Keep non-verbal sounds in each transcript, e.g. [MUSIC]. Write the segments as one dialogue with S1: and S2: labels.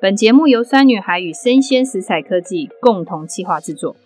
S1: 本节目由酸女孩与生鲜食材科技共同企划制作。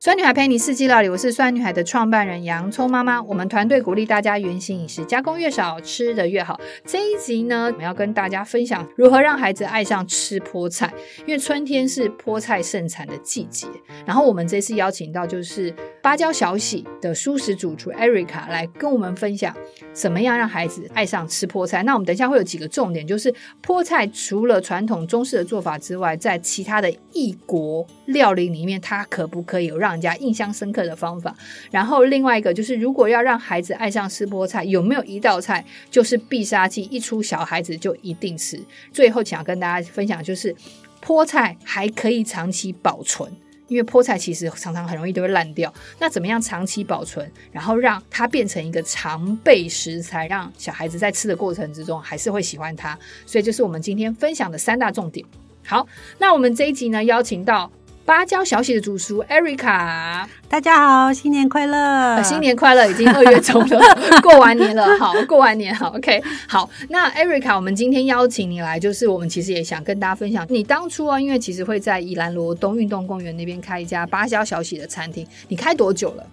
S2: 酸女孩陪你四季料理，我是酸女孩的创办人洋葱妈妈。我们团队鼓励大家原形饮食，加工越少，吃的越好。这一集呢，我们要跟大家分享如何让孩子爱上吃菠菜，因为春天是菠菜盛产的季节。然后我们这次邀请到就是芭蕉小喜的素食主厨 Erica 来跟我们分享怎么样让孩子爱上吃菠菜。那我们等一下会有几个重点，就是菠菜除了传统中式的做法之外，在其他的异国料理里面，它可不可以有让人家印象深刻的方法。然后另外一个就是，如果要让孩子爱上吃菠菜，有没有一道菜就是必杀技，一出小孩子就一定吃？最后想跟大家分享就是，菠菜还可以长期保存。因为菠菜其实常常很容易都会烂掉，那怎么样长期保存，然后让它变成一个常备食材，让小孩子在吃的过程之中还是会喜欢它。所以这是我们今天分享的三大重点。好，那我们这一集呢，邀请到芭蕉小喜的主厨 Erica，
S3: 大家好，新年快乐！
S2: 呃，新年快乐！已经二月中了，过完年了，好，过完年好，OK，好。那 Erica，我们今天邀请你来，就是我们其实也想跟大家分享，你当初啊，因为其实会在宜兰罗东运动公园那边开一家八小小喜的餐厅，你开多久了？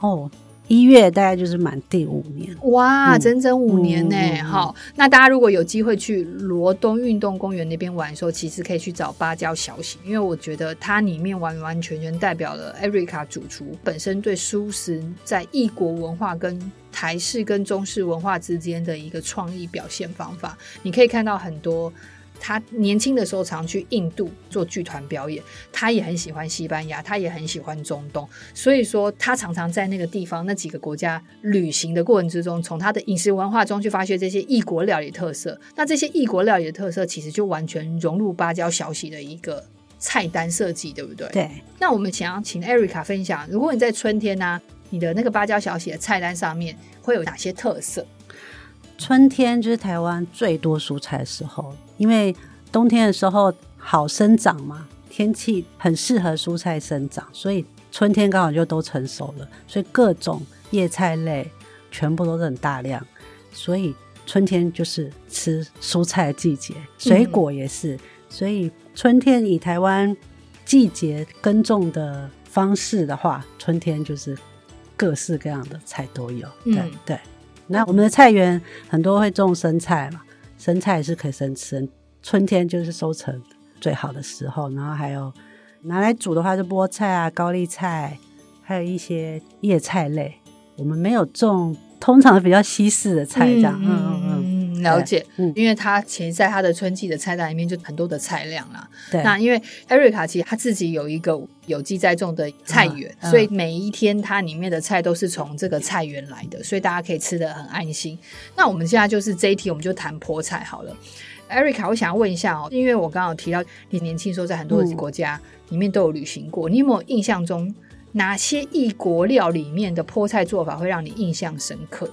S3: 哦，一月大概就是满第五年，
S2: 哇，
S3: 嗯
S2: 整整五年呢、
S3: 嗯嗯嗯
S2: 好，那大家如果有机会去罗东运动公园那边玩的时候，其实可以去找芭蕉小喜，因为我觉得它里面完完全全代表了 Erica 主厨本身对素食在异国文化跟台式跟中式文化之间的一个创意表现方法。你可以看到很多。他年轻的时候常去印度做剧团表演，他也很喜欢西班牙，他也很喜欢中东，所以说他常常在那个地方那几个国家旅行的过程之中，从他的饮食文化中去发掘这些异国料理特色。那这些异国料理的特色，其实就完全融入芭蕉小喜的一个菜单设计，对不对？。
S3: 对，
S2: 那我们想要请 Erica 分享，如果你在春天呢、你的那个芭蕉小喜的菜单上面会有哪些特色？
S3: 春天就是台湾最多蔬菜的时候，因为冬天的时候好生长嘛，天气很适合蔬菜生长，所以春天刚好就都成熟了，所以各种叶菜类全部都是很大量，所以春天就是吃蔬菜的季节，
S2: 嗯
S3: 水果也是，所以春天以台湾季节耕种的方式的话，春天就是各式各样的菜都有，对、
S2: 嗯
S3: 对。那我们的菜园很多会种生菜嘛，生菜也是可以生吃，春天就是收成最好的时候。然后还有拿来煮的话，是菠菜啊、高丽菜，还有一些叶菜类。我们没有种通常比较西式的菜这样，嗯嗯嗯，
S2: 嗯嗯，了解。
S3: 嗯
S2: 因为他其实在他的春季的菜单里面就很多的菜量啦，
S3: 对，
S2: 那因为 Erica 其实她自己有一个有机栽种的菜园，
S3: 嗯嗯
S2: 所以每一天它里面的菜都是从这个菜园来的，所以大家可以吃的很安心。那我们现在就是这一题，我们就谈菠菜好了。Erica，我想要问一下哦，因为我刚刚有提到你年轻时候在很多的
S3: 嗯
S2: 国家里面都有旅行过，你有没有印象中哪些异国料里面的菠菜做法会让你印象深刻？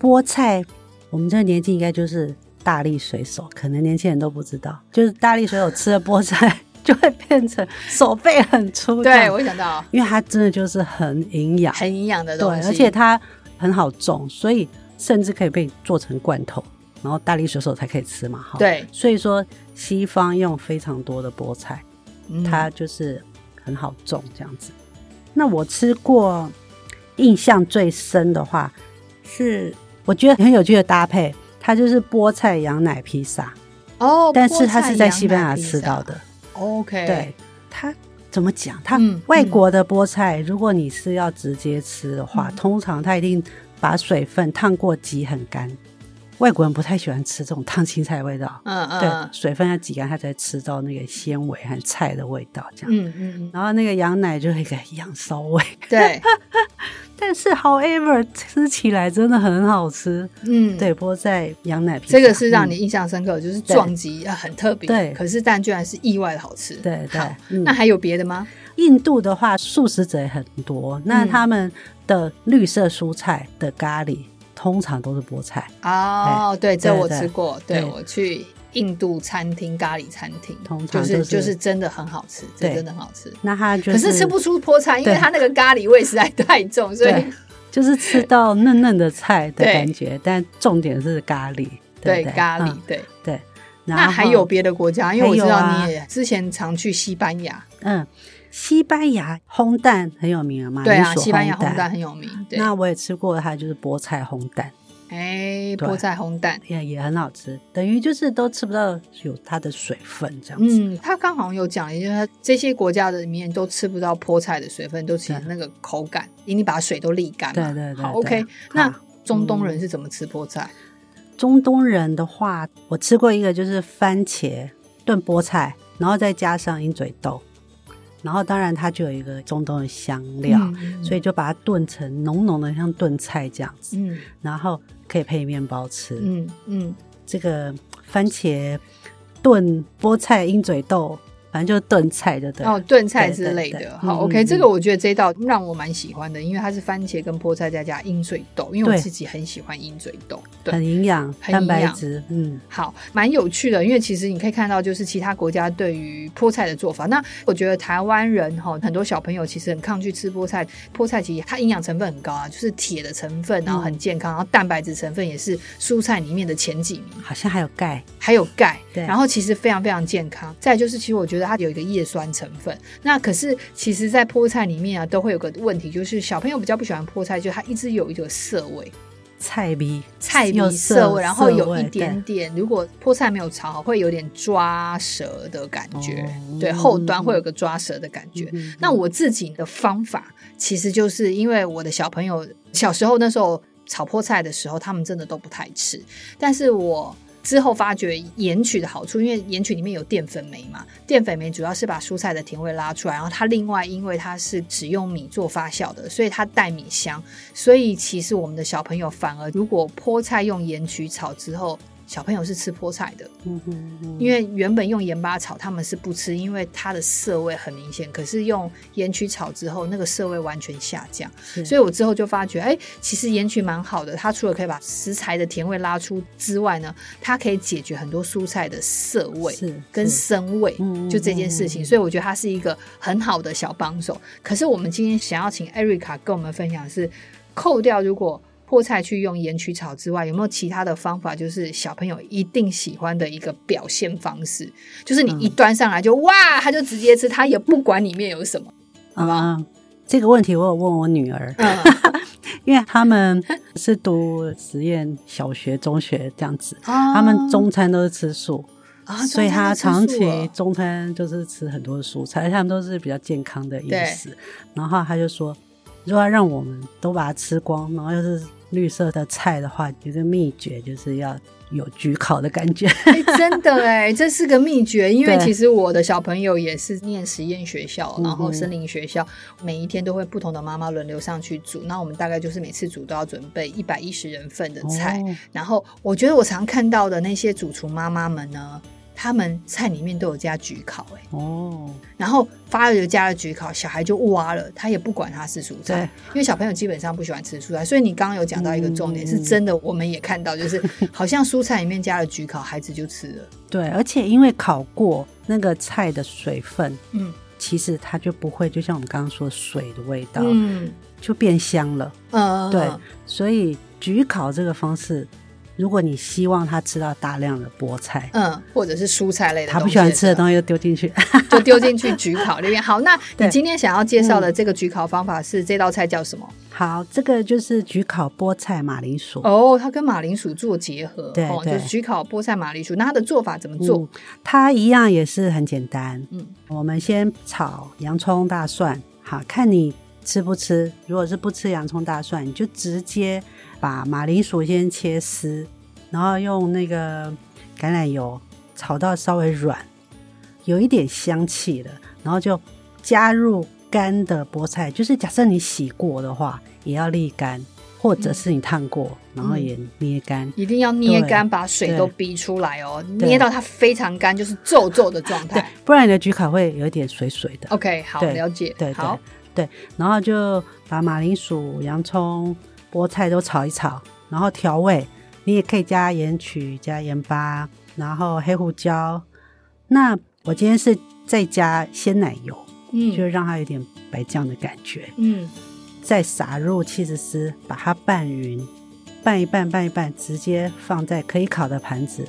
S3: 菠菜，我们这个年纪应该就是大力水手，可能年轻人都不知道，就是大力水手吃了菠菜就会变成手背很粗这
S2: 对
S3: 样，
S2: 我想到
S3: 因为它真的就是很营养，
S2: 很营养的
S3: 对
S2: 东，西，
S3: 而且它很好种，所以甚至可以被做成罐头，然后大力水手才可以吃嘛，哈。，
S2: 对
S3: 所以说西方用非常多的菠菜，
S2: 嗯
S3: 它就是很好种这样子。那我吃过印象最深的话，是我觉得很有趣的搭配，它就是菠菜羊奶披萨，
S2: 哦，
S3: 但是它
S2: 菠菜
S3: 是在
S2: 羊
S3: 西班
S2: 奶
S3: 牙
S2: 披
S3: 吃
S2: 萨
S3: 到的。
S2: OK，
S3: 对，它怎么讲？它
S2: 嗯
S3: 外国的菠菜，如果你是要直接吃的话，
S2: 嗯
S3: 通常它一定把水分烫过挤很干。外国人不太喜欢吃这种烫青菜的味道，
S2: 嗯嗯
S3: 对
S2: 嗯，
S3: 水分要挤干，它才吃到那个纤维和菜的味道，这样。
S2: 嗯
S3: [LAUGHS]
S2: 嗯，嗯，
S3: 然后那个羊奶就会给羊骚味， [LAUGHS]
S2: 对，
S3: 但是 however 吃起来真的很好吃。
S2: 嗯，
S3: 对，菠菜羊奶披萨
S2: 这个是让你
S3: 嗯
S2: 印象深刻，就是撞击啊，很特别，
S3: 对
S2: 可是但居然是意外的好吃，
S3: 对对
S2: 好。
S3: 嗯
S2: 那还有别的吗？
S3: 印度的话，素食者也很多，那
S2: 嗯
S3: 他们的绿色蔬菜的咖喱通常都是菠菜，
S2: 哦，对，这
S3: 哎对
S2: 我
S3: 对
S2: 吃过，对
S3: 对
S2: 我去印度餐厅咖喱餐厅，
S3: 通
S2: 就
S3: 常
S2: 是
S3: 都是
S2: 就是真的很好吃，这
S3: 对
S2: 真的很好吃。
S3: 那它就
S2: 可是吃不出菠菜，因为
S3: 对
S2: 它那个咖喱味实在太重，所以
S3: 对，就是吃到嫩嫩的菜的
S2: 对
S3: 感觉，但重点是咖喱，对不对
S2: 咖喱
S3: 嗯，
S2: 对，
S3: 对。然
S2: 那还有别的国家，因为我知道
S3: 还
S2: 你
S3: 有啊
S2: 也之前常去西班牙，
S3: 嗯，西班牙烘蛋很有名啊嘛，
S2: 对啊，
S3: 连锁
S2: 西班牙
S3: 烘
S2: 烘蛋很有名。对，
S3: 那我也吃过它，就是菠菜烘蛋，
S2: 哎，
S3: 对
S2: 菠菜烘蛋，
S3: 也也很好吃，等于就是都吃不到有它的水分这样子。
S2: 嗯，他刚好像有讲，因为这些国家的里面都吃不到菠菜的水分，都只有那个口感，因为你把水都沥干嘛。
S3: 对对对
S2: 好
S3: 对
S2: ，OK
S3: 好。嗯
S2: 那中东人是怎么吃菠菜？
S3: 中东人的话，我吃过一个就是番茄炖菠菜，然后再加上鹰嘴豆，然后当然它就有一个中东的香料，
S2: 嗯
S3: 所以就把它炖成浓浓的像炖菜这样子，
S2: 嗯
S3: 然后可以配面包吃。
S2: 嗯嗯，
S3: 这个番茄炖菠菜鹰嘴豆，反正就是炖菜就对了。
S2: 哦，炖菜
S3: 对
S2: 之
S3: 对
S2: 类
S3: 对
S2: 的。好
S3: 嗯
S2: ，OK，
S3: 嗯
S2: 这
S3: 嗯
S2: 个我觉得这一道让我蛮喜欢的，因为它是番茄跟菠菜再加鹰嘴豆，因为我
S3: 对
S2: 自己很喜欢鹰嘴豆。对，
S3: 很营养，
S2: 很
S3: 蛋白
S2: 营养
S3: 质，嗯，
S2: 好，蛮有趣的，因为其实你可以看到，就是其他国家对于菠菜的做法。那我觉得台湾人哈，很多小朋友其实很抗拒吃菠菜，菠菜其实它营养成分很高啊，就是铁的成分，然后很健康，然后蛋白质成分也是蔬菜里面的前几名，
S3: 好像还有钙，
S2: 还有钙，
S3: 对
S2: 然后其实非常非常健康。再来就是，其实我觉得它有一个叶酸成分。那可是其实，在菠菜里面啊，都会有个问题，就是小朋友比较不喜欢菠菜，就是它一直有一种涩味。
S3: 菜米，
S2: 菜
S3: 有
S2: 米涩味，然后
S3: 涩
S2: 有
S3: 味
S2: 一点点，如果菠菜没有炒好，会有点抓舌的感觉，
S3: 哦
S2: 对，后端会有个抓舌的感觉。
S3: 对嗯
S2: 那我自己的方法，其实就是因为我的小朋友小时候那时候炒菠菜的时候，他们真的都不太吃，但是我。之后发觉盐曲的好处，因为盐曲里面有淀粉酶嘛，淀粉酶主要是把蔬菜的甜味拉出来，然后它另外因为它是只用米做发酵的，所以它带米香，所以其实我们的小朋友反而如果菠菜用盐曲炒之后，小朋友是吃菠菜的，
S3: 嗯嗯嗯
S2: 因为原本用盐巴炒他们是不吃，因为它的涩味很明显。可是用盐曲炒之后，那个涩味完全下降。
S3: 是
S2: 所以我之后就发觉，哎、其实盐曲蛮好的。它除了可以把食材的甜味拉出之外呢，它可以解决很多蔬菜的涩味
S3: 是
S2: 跟
S3: 是
S2: 生味
S3: 嗯，嗯
S2: 就这件事
S3: 嗯
S2: 情。
S3: 嗯
S2: 所以我觉得它是一个很好的小帮手。可是我们今天想要请艾瑞卡跟我们分享的是，扣掉如果。菠菜去用盐曲炒之外，有没有其他的方法？就是小朋友一定喜欢的一个表现方式，就是你
S3: 嗯
S2: 一端上来就、哇，他就直接吃，他也不管里面有什么。
S3: 嗯嗯，这个问题我有问我女儿，
S2: 嗯，
S3: 因为他们是读实验小学、中学这样
S2: [LAUGHS]
S3: 子，
S2: 他
S3: 他们中餐都是吃素，
S2: 啊，
S3: 所以
S2: 中餐
S3: 他
S2: 吃
S3: 长
S2: 素
S3: 期
S2: 了
S3: 中餐就是吃很多的蔬菜，而且他们都是比较健康的饮食。然后他就说，如果要让我们都把它吃光，然后又是绿色的菜的话，有一个秘诀就是要有焗烤的感
S2: [LAUGHS]
S3: 觉。
S2: 哎、真的哎，这是个秘诀。因为
S3: 对
S2: 其实我的小朋友也是念实验学校，
S3: 嗯哼
S2: 然后森林学校，每一天都会不同的妈妈轮流上去煮。那我们大概就是每次煮都要准备一百一十人份的菜。
S3: 哦
S2: 然后我觉得我常看到的那些主厨妈妈们呢，他们菜里面都有加焗烤哎，
S3: 哦，
S2: 然后发了就加了焗烤，小孩就哇了，他也不管他是蔬菜
S3: 对，
S2: 因为小朋友基本上不喜欢吃蔬菜，所以你刚刚有讲到一个重点，
S3: 嗯
S2: 是真的，我们也看到，就是好像蔬菜里面加了焗烤，孩子就吃了。
S3: 对，而且因为烤过那个菜的水分，
S2: 嗯
S3: 其实它就不会，就像我们刚刚说水的味道，
S2: 嗯
S3: 就变香了。
S2: 呃，
S3: 对，所以焗烤这个方式，如果你希望他吃到大量的菠菜，
S2: 嗯，或者是蔬菜类的，
S3: 他不喜欢吃的
S2: 西
S3: 东西就丢进去。
S2: 的时候，就丢进去焗烤里面。好，那你
S3: [LAUGHS] 对嗯
S2: 今天想要介绍的这个焗烤方法是这道菜叫什么？
S3: [LAUGHS] 好，这个就是焗烤菠菜马铃薯。
S2: 哦，它跟马铃薯做结合，
S3: 对
S2: 哦，就
S3: 对
S2: 是焗烤菠菜马铃薯。那它的做法怎么做
S3: 嗯？，它一样也是很简单。
S2: 嗯
S3: 我们先炒洋葱、大蒜，好看你吃不吃。如果是不吃洋葱、大蒜，你就直接把马铃薯先切丝，然后用那个橄榄油炒到稍微软，有一点香气了，然后就加入干的菠菜，就是假设你洗过的话，也要沥干，或
S2: 嗯
S3: 者是你烫过，然后也捏干。
S2: 一定要捏
S3: 对
S2: 干，把水
S3: 对
S2: 都逼出来哦，
S3: 对
S2: 捏到它非常干，就是皱皱的状
S3: 对
S2: 态。，
S3: 不然你的焗烤会有一点水水的。
S2: OK，好，
S3: 对
S2: 了解，
S3: 对对
S2: 好，
S3: 对，然后就把马铃薯、洋葱、菠菜都炒一炒，然后调味，你也可以加盐曲、加盐巴，然后黑胡椒。那我今天是再加鲜奶油，就
S2: 嗯
S3: 让它有点白酱的感觉，
S2: 嗯，
S3: 再撒入起司丝，把它拌匀，拌一拌，拌一拌，直接放在可以烤的盘子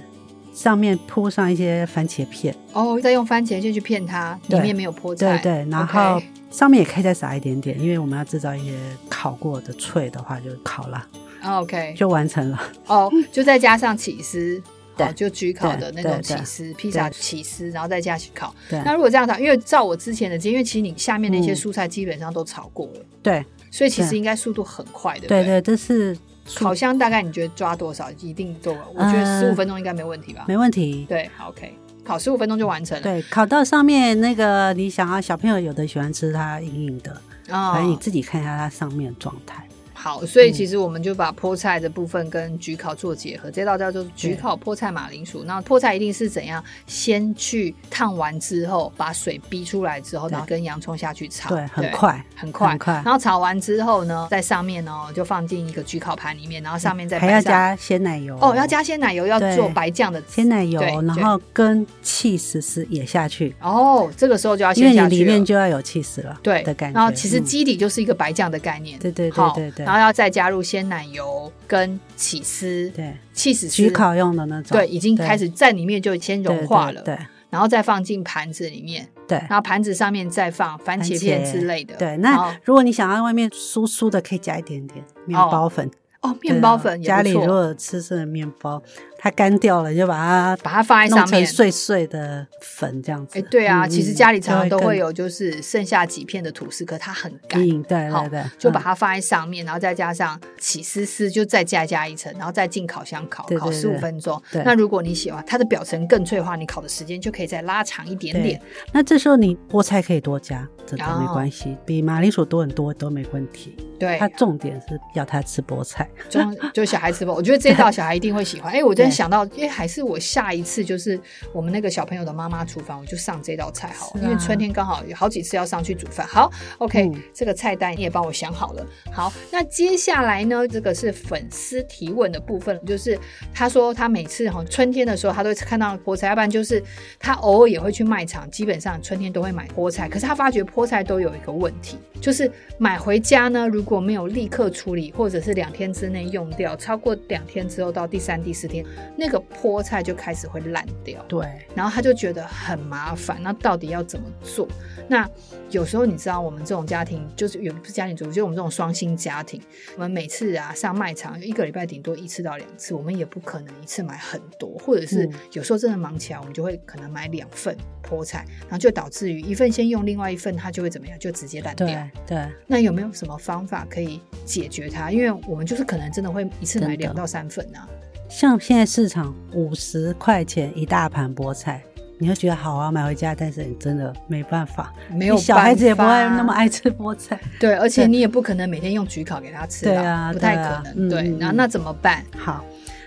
S3: 上面铺上一些番茄片，
S2: 哦，再用番茄屑去骗它，里
S3: 对
S2: 面没有菠
S3: 对
S2: 菜。
S3: 对，然后
S2: OK
S3: 上面也可以再撒一点点，因为我们要制造一些烤过的脆的话，就烤了，
S2: 哦 OK，
S3: 就完成了。
S2: 哦，就再加上起司。
S3: 对
S2: 哦就焗烤的那
S3: 对
S2: 种
S3: 对
S2: 起
S3: 对
S2: 司，披萨起司，然后再加起烤。
S3: 对
S2: 那如果这样炒，因为照我之前的经验，因为其实你下面的一些
S3: 嗯
S2: 蔬菜基本上都炒过了，
S3: 对
S2: 所以其实
S3: 对
S2: 应该速度很快，对不
S3: 对
S2: 对
S3: 对，这是
S2: 烤箱大概你觉得抓多少？一定做完，我觉得
S3: 呃
S2: 十五分钟应该没问题吧？
S3: 没问题。
S2: 对好，OK，烤十五分钟就完成了。
S3: 对，烤到上面那个你想要，小朋友有的喜欢吃它硬硬的，可以
S2: 哦，
S3: 自己看一下它上面的状态。
S2: 好，所以
S3: 嗯
S2: 其实我们就把菠菜的部分跟焗烤做结合，这道叫做焗烤菠菜马铃薯。那菠菜一定是怎样？先去烫完之后，把水逼出来之后，
S3: 对
S2: 然后跟洋葱下去炒，
S3: 对，很。快，
S2: 很快，
S3: 很快
S2: 然后炒完之后呢，在上面哦就放进一个焗烤盘里面，然后上面再
S3: 还
S2: 摆
S3: 要
S2: 上
S3: 加鲜奶油
S2: 哦，要加鲜奶油，要
S3: 对
S2: 做白酱的
S3: 鲜奶油
S2: 对，
S3: 然
S2: 对
S3: 后跟 cheese 是也下去，
S2: 哦，这个时候就要
S3: 因
S2: 先
S3: 为你
S2: 下去
S3: 里面
S2: 了
S3: 就要有 cheese 了，
S2: 对
S3: 的感觉。
S2: 然后其实
S3: 嗯
S2: 基底就是一个白酱的概念，
S3: 对对对
S2: 好
S3: 对对
S2: 然后要再加入鲜奶油跟起司，
S3: 对
S2: 起司
S3: 焗烤用的那种，
S2: 对，已经
S3: 对
S2: 开始在里面就先
S3: 对
S2: 融化了，
S3: 对对
S2: 然后再放进盘子里面，
S3: 对
S2: 然后盘子上面再放番茄片之类的。
S3: 对，
S2: 然后
S3: 那如果你想要外面酥酥的，可以加一点点面包粉。
S2: 哦，面包粉
S3: 对啊
S2: 也
S3: 家里
S2: 不
S3: 如
S2: 错，
S3: 果吃剩的面包，它干掉了，你就把它
S2: 把它放在
S3: 弄
S2: 上
S3: 成
S2: 面。
S3: 碎碎的粉这样子。
S2: 哎，对啊，
S3: 嗯
S2: 其实家里常常
S3: 就
S2: 都会
S3: 更
S2: 有，就是剩下几片的吐司，可它很干，
S3: 硬，对
S2: 好
S3: 对对，
S2: 就把
S3: 嗯
S2: 它放在上面，然后再加上起司丝，就再加加一层，然后再进烤箱烤，
S3: 对对
S2: 烤
S3: 对
S2: 十五分钟。
S3: 对
S2: 那如果你喜欢它的表层更脆的话，你烤的时间就可以再拉长一点点。
S3: 那这时候你菠菜可以多加，这都
S2: 哦
S3: 没关系，比马铃薯多很多都没问题。
S2: 对
S3: 它，重点是要它吃菠菜，
S2: 中就小孩子吧，我觉得这一道小孩一定会喜欢。哎，我真的
S3: 对
S2: 想到，因为还是我下一次就是我们那个小朋友的妈妈厨房，我就上这道菜好了，
S3: 是
S2: 因
S3: 啊
S2: 为春天刚好有好几次要上去煮饭。好，OK，、
S3: 嗯
S2: 这个菜单你也帮我想好了。好，那接下来呢，这个是粉丝提问的部分，就是他说他每次哈春天的时候，他都会看到菠菜，要不然就是他偶尔也会去卖场，基本上春天都会买菠菜。可是他发觉菠菜都有一个问题，就是买回家呢，如果没有立刻处理，或者是两天之内用掉，超过两天之后到第三、第四天，那个菠菜就开始会烂掉。
S3: 对，
S2: 然后他就觉得很麻烦，那到底要怎么做？那有时候你知道，我们这种家庭就是也不是家庭主妇，就是我们这种双薪家庭，我们每次啊上卖场一个礼拜顶多一次到两次，我们也不可能一次买很多，或者是
S3: 嗯
S2: 有时候真的忙起来，我们就会可能买两份菠菜，然后就导致于一份先用，另外一份它就会怎么样，就直接烂掉。
S3: 对对，
S2: 那有没有什么方法可以解决它？因为我们就是可能真的会一次买
S3: 真的
S2: 两到三份啊。
S3: 像现在市场五十块钱一大盘菠菜，你会觉得好啊，买回家，但是你真的没办法，
S2: 没有
S3: 你小孩子也不
S2: 办
S3: 会
S2: 法
S3: 那么爱吃菠菜。
S2: 对，而且
S3: 对
S2: 你也不可能每天用焗烤给他吃吧，
S3: 对啊
S2: 不太
S3: 对啊
S2: 可能。对，
S3: 嗯嗯
S2: 那那怎么办？
S3: 好，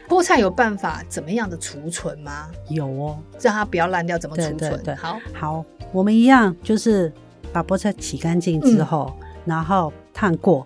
S2: 菠菜有办法怎么样的储存吗？
S3: 有哦，
S2: 让它不要烂掉，怎么储存？
S3: 对对对
S2: 好，
S3: 好，我们一样就是把菠菜洗干净之后，
S2: 嗯
S3: 然后烫过，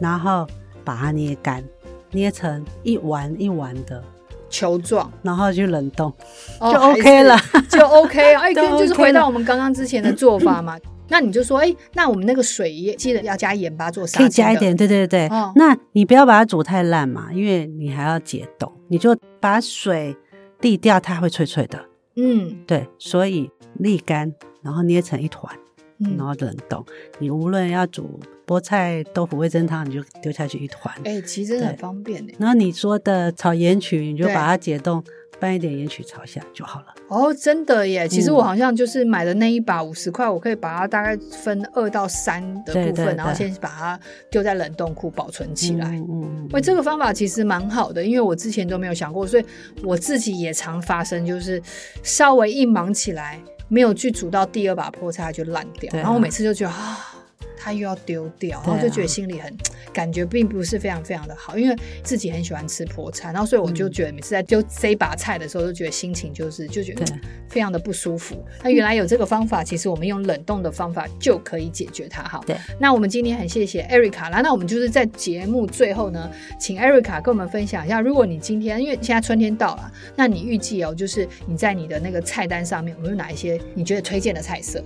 S3: 然后把它捏干，捏成一丸一丸的，
S2: 球状、
S3: 然后去冷冻。
S2: 哦、
S3: 就
S2: 还是
S3: OK 了，
S2: [LAUGHS] 就 OK
S3: [LAUGHS]
S2: 了。哎，
S3: 都
S2: 跟就是
S3: OK
S2: 回到
S3: 了
S2: 我们刚刚之前的做法嘛。那你就说，哎，那我们那个水也记得要加盐巴做杀
S3: 可以
S2: 青
S3: 加一
S2: 的
S3: 点，对对对。
S2: 哦
S3: 那你不要把它煮太烂嘛，因为你还要解冻，你就把水沥掉，它会脆脆的。
S2: 嗯
S3: 对，所以沥干，然后捏成一团，然
S2: 嗯。
S3: 后冷冻。你无论要煮菠菜豆腐味增汤，你就丢下去一团。
S2: 哎，其实真的很
S3: 对
S2: 方便欸呢。
S3: 然后你说的炒盐曲，你就
S2: 对
S3: 把它解冻，拌一点盐曲炒一下就好了。
S2: 哦，真的耶！其实
S3: 嗯
S2: 我好像就是买的那一把五十块，我可以把它大概分二到三的
S3: 对
S2: 部分，
S3: 对
S2: 然后
S3: 对
S2: 先把它丢在冷冻库保存起来。
S3: 嗯嗯
S2: 喂，这个方法其实蛮好的，因为我之前都没有想过，所以我自己也常发生，就是稍微一忙起来，没有去煮到第二把菠菜它就烂掉，
S3: 对啊
S2: 然后我每次就觉得啊。它又要丢掉，然后
S3: 对啊
S2: 就觉得心里很、感觉并不是非常非常的好，因为自己很喜欢吃菠菜，然后所以我就觉得每次在丢这一把菜的时候，就觉得心情就是就觉得
S3: 对
S2: 嗯非常的不舒服。那原来有这个方法，其实我们用冷冻的方法就可以解决它哈。
S3: 对，
S2: 那我们今天很谢谢 Erica 啦。那我们就是在节目最后呢，请 Erica 跟我们分享一下，如果你今天因为现在春天到了，那你预计哦，就是你在你的那个菜单上面，有没有哪一些你觉得推荐的菜色？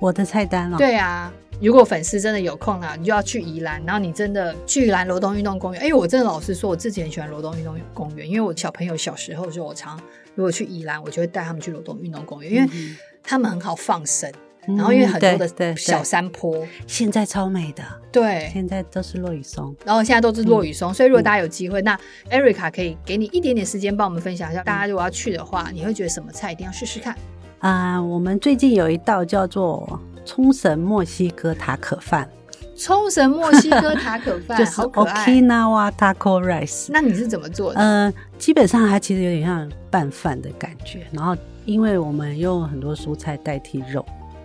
S3: 我的菜单了、
S2: 对啊，如果粉丝真的有空啊啦，你就要去宜兰，然后你真的去宜兰罗东运动公园。哎、我真的老实说，我自己很喜欢罗东运动公园，因为我小朋友小时候的时候，我常如果去宜兰，我就会带他们去罗东运动公园，因为
S3: 嗯
S2: 他们很好放生，
S3: 嗯
S2: 然后因为很多
S3: 对对
S2: 的
S3: 对
S2: 小山坡，
S3: 现在超美的，
S2: 对，
S3: 现在都是落雨松。
S2: 然后现在都是落雨松，所以如果大家有机会，那
S3: 嗯
S2: Erica 可以给你一点点时间帮我们分享一下，大家如果要去的话，你会觉得什么菜一定要试试看？
S3: 啊、我们最近有一道叫做冲绳墨西哥塔可饭，
S2: 冲绳墨西哥塔可饭，
S3: [LAUGHS] 就是
S2: 好可爱。
S3: Okinawa Taco Rice。
S2: 那你是怎么做的？
S3: 呃，基本上它其实有点像拌饭的感觉，然后因为我们用很多蔬菜代替肉，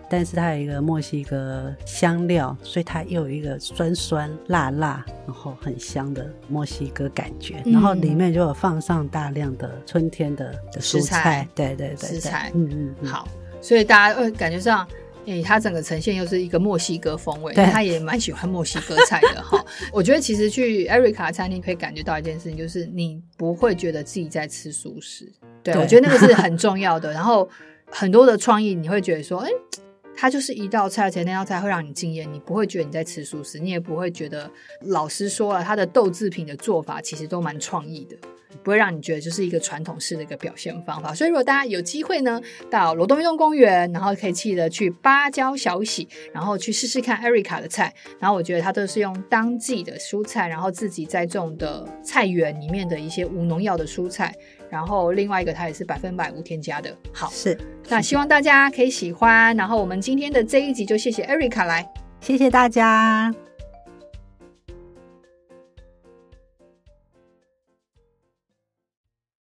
S3: 但是它有一个墨西哥香料，所以它又有一个酸酸辣辣，然后很香的墨西哥感觉，
S2: 嗯
S3: 然后里面就有放上大量的春天的的
S2: 食
S3: 蔬
S2: 材
S3: 菜，对对对对，
S2: 食材
S3: 嗯嗯嗯，
S2: 好，所以大家呃感觉上。诶、它整个呈现又是一个墨西哥风味，
S3: 对
S2: 他也蛮喜欢墨西哥菜的哈。我觉得其实去 Erica 餐厅可以感觉到一件事情，就是你不会觉得自己在吃素食。对，
S3: 对
S2: 我觉得那个是很重要的。然后很多的创意，你会觉得说，哎、它就是一道菜，而且那道菜会让你惊艳，你不会觉得你在吃素食，你也不会觉得。老实说啊，它的豆制品的做法其实都蛮创意的。不会让你觉得就是一个传统式的一个表现方法。所以如果大家有机会呢，到罗东运动公园，然后可以记得去芭蕉小喜，然后去试试看 Erica 的菜。然后我觉得它都是用当季的蔬菜，然后自己栽种的菜园里面的一些无农药的蔬菜。然后另外一个它也是百分百无添加的。好，
S3: 是，
S2: 那希望大家可以喜欢。然后我们今天的这一集就谢谢 Erica 来。
S3: 谢谢大家，